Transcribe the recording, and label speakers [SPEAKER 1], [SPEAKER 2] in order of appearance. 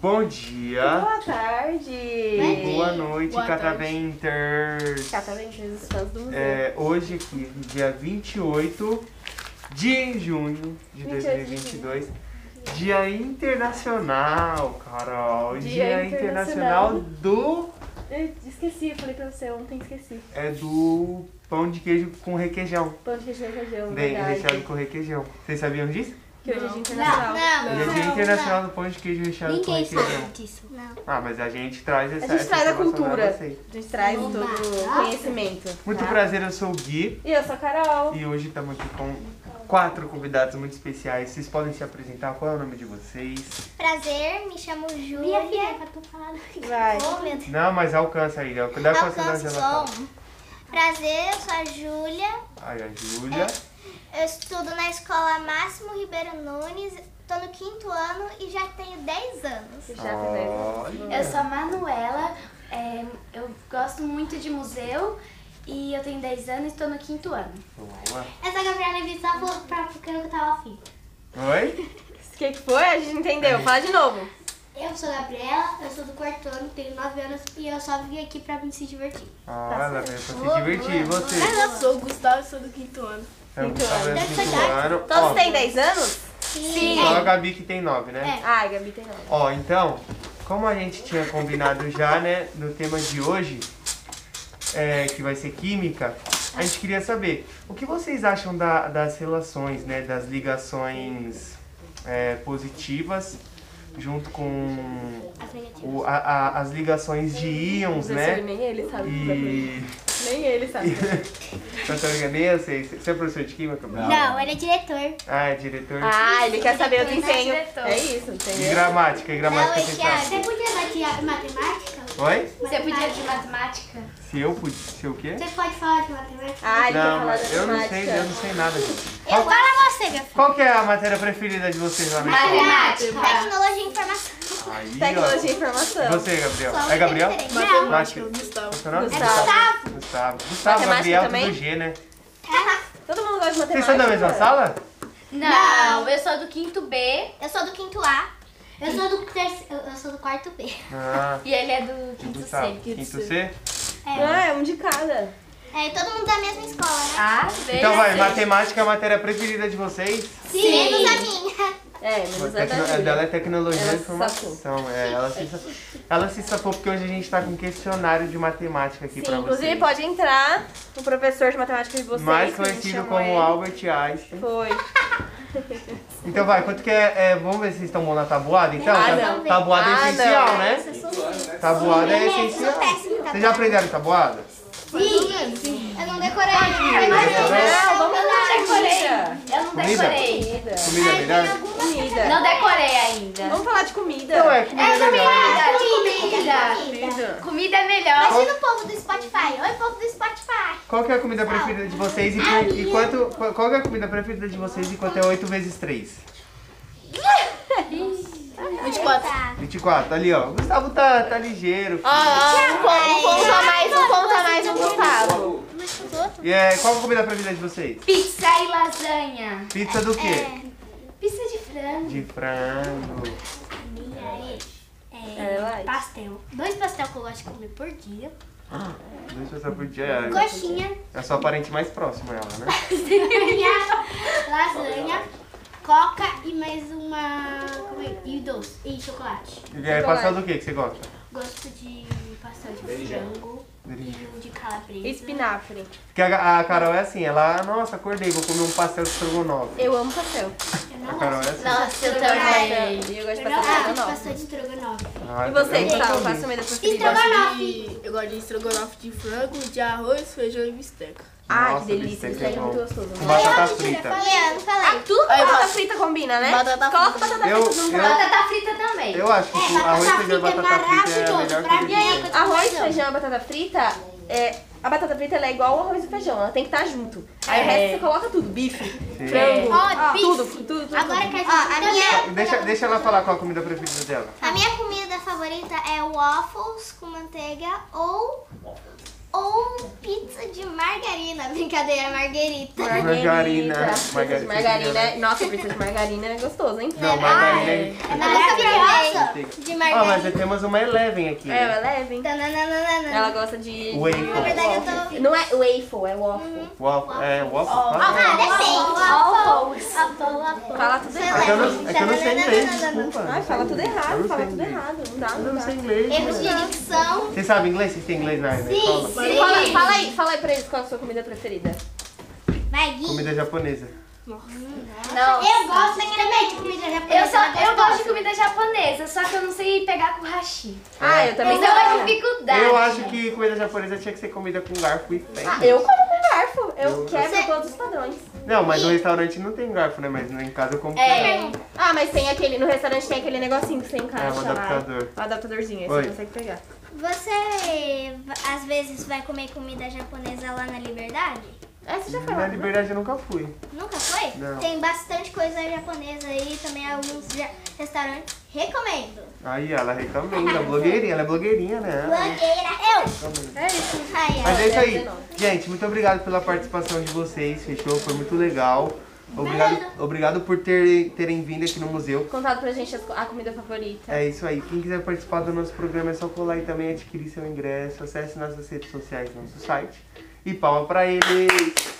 [SPEAKER 1] Bom dia,
[SPEAKER 2] Boa tarde! Tá,
[SPEAKER 3] Bom dia.
[SPEAKER 1] boa noite,
[SPEAKER 3] Boa
[SPEAKER 1] Cataventers.
[SPEAKER 2] Exatamente, os fãs do museu.
[SPEAKER 1] É, hoje aqui, dia 28 de junho de
[SPEAKER 2] 28 de
[SPEAKER 1] 2022, dia internacional, Carol.
[SPEAKER 2] Dia
[SPEAKER 1] internacional do
[SPEAKER 2] Eu esqueci, eu falei pra você ontem, esqueci.
[SPEAKER 1] é do pão de queijo com requeijão.
[SPEAKER 2] Pão de recheio de
[SPEAKER 1] De,
[SPEAKER 2] região, É verdade.
[SPEAKER 1] recheado com requeijão. Vocês sabiam disso?
[SPEAKER 2] Que hoje é dia
[SPEAKER 3] Não,
[SPEAKER 2] internacional.
[SPEAKER 3] não,
[SPEAKER 1] Hoje é dia
[SPEAKER 3] Ah, não,
[SPEAKER 1] internacional é do pão de queijo recheado com
[SPEAKER 3] Ninguém
[SPEAKER 1] requeijão.
[SPEAKER 3] sabe disso. Não.
[SPEAKER 1] Ah, mas a gente traz essa
[SPEAKER 2] A gente
[SPEAKER 1] essa
[SPEAKER 2] traz a
[SPEAKER 1] informação pra
[SPEAKER 2] cultura.
[SPEAKER 1] vocês.
[SPEAKER 2] A gente traz todo o conhecimento.
[SPEAKER 1] Muito
[SPEAKER 2] tá?
[SPEAKER 1] prazer, eu sou o Gui
[SPEAKER 2] E eu sou a Carol.
[SPEAKER 1] e hoje estamos aqui com quatro convidados muito especiais. Vocês podem se apresentar, qual é o nome de vocês?
[SPEAKER 3] Prazer, me chamo Júlia. Minha
[SPEAKER 4] é
[SPEAKER 3] filha, eu tô falando.
[SPEAKER 2] Vai.
[SPEAKER 3] Oh, meu Deus.
[SPEAKER 1] Não, mas alcança aí, ó. Dá pra você dar
[SPEAKER 3] Alcança
[SPEAKER 1] onde
[SPEAKER 3] o
[SPEAKER 1] ela fala.
[SPEAKER 3] som. Prazer, eu sou a Júlia.
[SPEAKER 1] Aí, a Júlia.
[SPEAKER 3] É, Eu estudo na escola Máximo Ribeiro Nunes. Tô no quinto ano e já tenho 10 anos.
[SPEAKER 2] Já
[SPEAKER 1] Ah.
[SPEAKER 2] oh.
[SPEAKER 4] Eu sou a Manuela, é, eu gosto muito de museu e eu tenho 10 anos e estou no quinto ano.
[SPEAKER 1] Boa.
[SPEAKER 3] Eu sou a Gabriela e só vou pra porque eu tava afim.
[SPEAKER 1] Oi?
[SPEAKER 2] O que, que foi? A gente não
[SPEAKER 1] É.
[SPEAKER 2] entendeu. Fala de novo.
[SPEAKER 3] Eu sou a Gabriela, eu sou do quarto ano, tenho 9 anos e eu só vim aqui pra me se divertir.
[SPEAKER 1] Ah, ela veio pra se divertir. E você?
[SPEAKER 5] Ah,
[SPEAKER 4] Eu sou o Gustavo, sou do quinto ano.
[SPEAKER 1] Estamos
[SPEAKER 2] Então,
[SPEAKER 1] sabendo
[SPEAKER 3] deve
[SPEAKER 1] que
[SPEAKER 3] ser
[SPEAKER 1] zoaram.
[SPEAKER 2] Todos
[SPEAKER 1] Ó,
[SPEAKER 2] têm 10 anos?
[SPEAKER 3] Sim.
[SPEAKER 1] Só a Gabi que tem nove, né?
[SPEAKER 3] É.
[SPEAKER 2] Ai, Gabi tem 9.
[SPEAKER 1] Ó, então, como a gente tinha combinado já, né, no tema de hoje, é, que vai ser química, a gente queria saber o que vocês acham da- das relações, né, das ligações é, positivas junto com o- a- a- as ligações de íons, né?
[SPEAKER 2] Nem ele sabe. é
[SPEAKER 1] E.
[SPEAKER 2] Nem ele sabe.
[SPEAKER 1] Eu tô ligado, nem eu sei. Você é professor de química? Bruno?
[SPEAKER 3] Não, ele é diretor.
[SPEAKER 1] Ah, é diretor.
[SPEAKER 2] Ah, ele quer saber o
[SPEAKER 4] Diretor,
[SPEAKER 2] desempenho.
[SPEAKER 4] né, diretor?
[SPEAKER 2] É isso,
[SPEAKER 1] E
[SPEAKER 2] entendeu?
[SPEAKER 1] gramática, e gramática
[SPEAKER 3] é
[SPEAKER 1] vocês sabem.
[SPEAKER 3] podia dar matemática?
[SPEAKER 1] Oi?
[SPEAKER 4] Você podia de matemática?
[SPEAKER 1] Se eu pude. Se eu o quê?
[SPEAKER 3] Você pode falar de matemática?
[SPEAKER 2] Ah, ele quer
[SPEAKER 1] Não,
[SPEAKER 2] falar da
[SPEAKER 1] mas eu não sei,
[SPEAKER 2] temática.
[SPEAKER 1] eu não sei nada disso.
[SPEAKER 3] Eu falo você, meu
[SPEAKER 1] Qual que é a matéria preferida de vocês lá na escola?
[SPEAKER 4] Matemática.
[SPEAKER 3] Tecnologia e informação.
[SPEAKER 1] Aí,
[SPEAKER 2] Tecnologia um e
[SPEAKER 1] ó.
[SPEAKER 2] informação.
[SPEAKER 1] Você, Gabriel. É Gabriel?
[SPEAKER 3] Não.
[SPEAKER 1] Matemática.
[SPEAKER 4] Gustavo.
[SPEAKER 1] Seu nome?
[SPEAKER 2] Gustavo.
[SPEAKER 3] Tá.
[SPEAKER 1] Gustavo. Gustavo,
[SPEAKER 2] Matemática
[SPEAKER 1] Gabriel,
[SPEAKER 2] também?
[SPEAKER 1] tudo G, né?
[SPEAKER 3] Tá.
[SPEAKER 2] Todo mundo gosta de matemática. né?
[SPEAKER 1] Vocês são da mesma sala?
[SPEAKER 4] Não, eu sou do quinto B
[SPEAKER 3] Eu sou do quinto A. Eu sou do terceiro, eu sou do quarto B.
[SPEAKER 1] Ah,
[SPEAKER 4] e ele é do
[SPEAKER 1] e
[SPEAKER 4] quinto
[SPEAKER 1] Gustavo.
[SPEAKER 4] C.
[SPEAKER 1] Quinto C?
[SPEAKER 2] Ah, é um de cada.
[SPEAKER 3] É, e todo mundo da mesma escola, né?
[SPEAKER 2] Ah,
[SPEAKER 4] A, B,
[SPEAKER 1] Então
[SPEAKER 2] assim.
[SPEAKER 1] vai,
[SPEAKER 4] C.
[SPEAKER 1] matemática é a matéria preferida de vocês?
[SPEAKER 3] Sim. Menos a minha.
[SPEAKER 2] É, mas é
[SPEAKER 1] Tecno-
[SPEAKER 2] da
[SPEAKER 1] é dela
[SPEAKER 2] Júlia.
[SPEAKER 1] é tecnologia
[SPEAKER 2] Ela
[SPEAKER 1] da
[SPEAKER 2] se
[SPEAKER 1] informação. É, ela, se safou. ela se safou porque hoje a gente tá com um questionário de matemática aqui é pra
[SPEAKER 2] Sim,
[SPEAKER 1] vocês.
[SPEAKER 2] inclusive pode entrar o professor de matemática de vocês.
[SPEAKER 1] Mais
[SPEAKER 2] que a gente
[SPEAKER 1] conhecido
[SPEAKER 2] chama
[SPEAKER 1] como
[SPEAKER 2] ele.
[SPEAKER 1] Albert Einstein.
[SPEAKER 2] Foi.
[SPEAKER 1] Então vai, quanto que é, é, Vamos ver se vocês estão bom na tabuada, então?
[SPEAKER 2] Ah,
[SPEAKER 1] Tá-
[SPEAKER 2] não.
[SPEAKER 1] Tabuada é
[SPEAKER 2] Ah, não.
[SPEAKER 1] essencial, né? Tabuada é
[SPEAKER 3] Eu sou
[SPEAKER 1] essencial.
[SPEAKER 3] péssima.
[SPEAKER 1] Vocês já aprenderam tabuada?
[SPEAKER 3] Sim. Eu não decorei. Eu
[SPEAKER 2] Não, vamos lá, comida.
[SPEAKER 4] Eu não
[SPEAKER 1] Comida?
[SPEAKER 4] decorei.
[SPEAKER 1] Comida é melhor?
[SPEAKER 2] Comida.
[SPEAKER 4] Não decorei ainda.
[SPEAKER 2] Vamos falar de comida.
[SPEAKER 1] Não, é comida é melhor.
[SPEAKER 4] Comida.
[SPEAKER 2] Comida.
[SPEAKER 4] Comida é melhor.
[SPEAKER 3] Imagina o povo do Spotify. Oi, povo do Spotify.
[SPEAKER 1] Qual que é a comida preferida de vocês e, com- e quanto... Qual qual que é a comida preferida de vocês e quanto é 8 vezes 3?
[SPEAKER 4] 24.
[SPEAKER 3] Tá.
[SPEAKER 1] 24, ali ó. O Gustavo tá, tá ligeiro.
[SPEAKER 2] Ó, ó, um con- um conta mais, um conta mais, um Gustavo.
[SPEAKER 3] Mas os outros?
[SPEAKER 1] E é, qual a comida preferida de vocês?
[SPEAKER 4] Pizza e lasanha.
[SPEAKER 1] Pizza do quê?
[SPEAKER 3] É.
[SPEAKER 4] Pizza de frango.
[SPEAKER 1] De frango.
[SPEAKER 2] É, vai.
[SPEAKER 3] pastel. Dois pastel que eu gosto de comer por dia.
[SPEAKER 1] Deixa eu só por dia.
[SPEAKER 3] Coxinha.
[SPEAKER 1] É a sua parente mais próxima ela, né?
[SPEAKER 3] lasanha, coca e mais uma. Como é? E doce. E chocolate.
[SPEAKER 1] E
[SPEAKER 2] Então
[SPEAKER 1] é pastel do quê que você gosta?
[SPEAKER 3] Gosto de pastel de frango e o de calabresa.
[SPEAKER 2] Espinafre.
[SPEAKER 1] Porque a, a Carol é assim, ela, nossa, acordei, vou comer um pastel de estrogonofe.
[SPEAKER 2] Eu amo pastel.
[SPEAKER 3] Eu
[SPEAKER 1] A
[SPEAKER 3] não
[SPEAKER 1] Carol é
[SPEAKER 3] gosto.
[SPEAKER 1] assim.
[SPEAKER 4] Nossa, eu
[SPEAKER 2] Ai,
[SPEAKER 4] também.
[SPEAKER 2] Eu gosto de
[SPEAKER 3] Eu
[SPEAKER 2] pastel
[SPEAKER 3] não gosto
[SPEAKER 2] de
[SPEAKER 3] de
[SPEAKER 2] novo.
[SPEAKER 3] pastel de estrogonofe.
[SPEAKER 1] Ah,
[SPEAKER 2] E
[SPEAKER 1] eu
[SPEAKER 2] você,
[SPEAKER 1] nunca
[SPEAKER 2] Gustavo,
[SPEAKER 1] comi.
[SPEAKER 2] qual a sua comida preferida?
[SPEAKER 3] Estrogonofe.
[SPEAKER 5] Eu gosto de estrogonofe de frango, de arroz, feijão e bisteca.
[SPEAKER 2] Ai,
[SPEAKER 1] Nossa,
[SPEAKER 2] que
[SPEAKER 1] bisteca
[SPEAKER 2] delícia,
[SPEAKER 1] é
[SPEAKER 2] bisteca é muito
[SPEAKER 1] bom.
[SPEAKER 2] gostoso.
[SPEAKER 1] Com batata frita.
[SPEAKER 3] E eu não falei.
[SPEAKER 2] Tudo com
[SPEAKER 5] Aí,
[SPEAKER 2] batata
[SPEAKER 5] passa-
[SPEAKER 2] frita combina, né?
[SPEAKER 5] Batata
[SPEAKER 2] Coloca batata frita
[SPEAKER 1] Eu,
[SPEAKER 2] junto.
[SPEAKER 1] eu,
[SPEAKER 4] Batata frita também.
[SPEAKER 1] eu acho que
[SPEAKER 3] É,
[SPEAKER 1] com arroz,
[SPEAKER 3] batata
[SPEAKER 1] feijão e
[SPEAKER 3] frita é
[SPEAKER 1] batata frita é a melhor
[SPEAKER 3] maravilhoso. Pra mim é a
[SPEAKER 1] comida.
[SPEAKER 3] coisa
[SPEAKER 2] Arroz,
[SPEAKER 3] mais gostosa.
[SPEAKER 2] feijão, batata frita, é, a batata frita ela é igual o arroz e feijão, ela tem que estar junto. Aí o resto você coloca tudo, bife,
[SPEAKER 1] É. Sim.
[SPEAKER 2] frango,
[SPEAKER 3] Ó,
[SPEAKER 2] ó,
[SPEAKER 3] bife.
[SPEAKER 2] tudo, tudo, tudo.
[SPEAKER 3] Agora que a gente a
[SPEAKER 1] então,
[SPEAKER 3] minha,
[SPEAKER 1] Deixa, deixa ela falar qual a comida preferida dela.
[SPEAKER 3] a minha comida favorita é waffles com manteiga ou isso de margarina. Brincadeira, marguerita.
[SPEAKER 1] Margarina.
[SPEAKER 2] Margarina.
[SPEAKER 1] Margarina.
[SPEAKER 2] margarina. Nossa, pizza de margarina é gostoso, hein?
[SPEAKER 1] Não, margarina é...
[SPEAKER 3] É maravilhosa.
[SPEAKER 1] tem que-
[SPEAKER 3] De
[SPEAKER 1] Ó, Ah, mas
[SPEAKER 3] margarina.
[SPEAKER 1] temos uma Eleven aqui.
[SPEAKER 2] É, ela é
[SPEAKER 3] Tá.
[SPEAKER 2] leve, hein?
[SPEAKER 3] Tananana.
[SPEAKER 2] Ela gosta de... de
[SPEAKER 1] Waffle.
[SPEAKER 3] Na verdade, eu tô...
[SPEAKER 2] Não é waffle, é waffle.
[SPEAKER 3] Hum.
[SPEAKER 1] Waffle. É, waffle. fala.
[SPEAKER 3] Ah,
[SPEAKER 4] Waffles.
[SPEAKER 2] Fala tudo
[SPEAKER 3] Sei
[SPEAKER 1] É que eu
[SPEAKER 2] errado.
[SPEAKER 1] não, é que eu não sei inglês, desculpa.
[SPEAKER 2] Ai, fala tudo
[SPEAKER 1] Eu
[SPEAKER 2] errado,
[SPEAKER 1] não
[SPEAKER 2] fala
[SPEAKER 1] sei
[SPEAKER 2] tudo
[SPEAKER 1] inglês.
[SPEAKER 2] errado. Não dá,
[SPEAKER 1] Eu
[SPEAKER 2] não
[SPEAKER 1] não
[SPEAKER 2] dá.
[SPEAKER 1] sei inglês.
[SPEAKER 3] Erros de dicção.
[SPEAKER 1] Vocês sabem inglês? Vocês têm inglês na na escola?
[SPEAKER 3] Sim.
[SPEAKER 2] Fala, fala aí, fala aí pra eles qual é a sua comida preferida.
[SPEAKER 3] Vai, Gui.
[SPEAKER 1] Comida japonesa.
[SPEAKER 4] Não.
[SPEAKER 3] Eu gosto também de comida japonesa.
[SPEAKER 4] Eu, só,
[SPEAKER 3] mas
[SPEAKER 4] eu gosto de comida japonesa, só que eu não sei pegar com hashi.
[SPEAKER 2] Ah, eu também
[SPEAKER 4] Isso é uma
[SPEAKER 2] gosto.
[SPEAKER 4] dificuldade.
[SPEAKER 1] Eu acho que comida japonesa tinha que ser comida com garfo e
[SPEAKER 2] Ah,
[SPEAKER 1] faca.
[SPEAKER 2] Eu como com garfo. Eu
[SPEAKER 1] Eu-
[SPEAKER 2] quebro
[SPEAKER 3] Você-
[SPEAKER 2] todos os padrões.
[SPEAKER 1] Não, mas no restaurante não tem garfo, né? Mas em casa eu como
[SPEAKER 4] É.
[SPEAKER 1] com
[SPEAKER 2] Ah, mas tem aquele. No restaurante tem aquele negocinho que você encaixa.
[SPEAKER 1] É, um
[SPEAKER 2] lá.
[SPEAKER 1] adaptador.
[SPEAKER 2] Um adaptadorzinho, aí
[SPEAKER 1] Oi.
[SPEAKER 2] você consegue pegar.
[SPEAKER 3] Você às vezes vai comer comida japonesa lá na Liberdade?
[SPEAKER 2] Ah, você já foi
[SPEAKER 1] Na
[SPEAKER 2] lá. né?
[SPEAKER 1] liberdade eu nunca fui.
[SPEAKER 3] Nunca foi?
[SPEAKER 1] Não.
[SPEAKER 3] Tem bastante coisa japonesa aí, também alguns ja- restaurantes. Recomendo.
[SPEAKER 1] Aí ela recomenda, blogueirinha, ela é blogueirinha, né?
[SPEAKER 3] Blogueira, eu.
[SPEAKER 2] É isso.
[SPEAKER 3] Ai,
[SPEAKER 1] Mas é isso aí.
[SPEAKER 2] 19.
[SPEAKER 1] Gente, muito obrigado pela participação de vocês, fechou? Foi muito legal. Obrigado, obrigado por terem, terem vindo aqui no museu.
[SPEAKER 2] Contado pra gente as co- a comida favorita.
[SPEAKER 1] É isso aí. Quem quiser participar do nosso programa é só colar e também adquirir seu ingresso. Acesse nossas redes sociais, nosso site. E palma pra eles!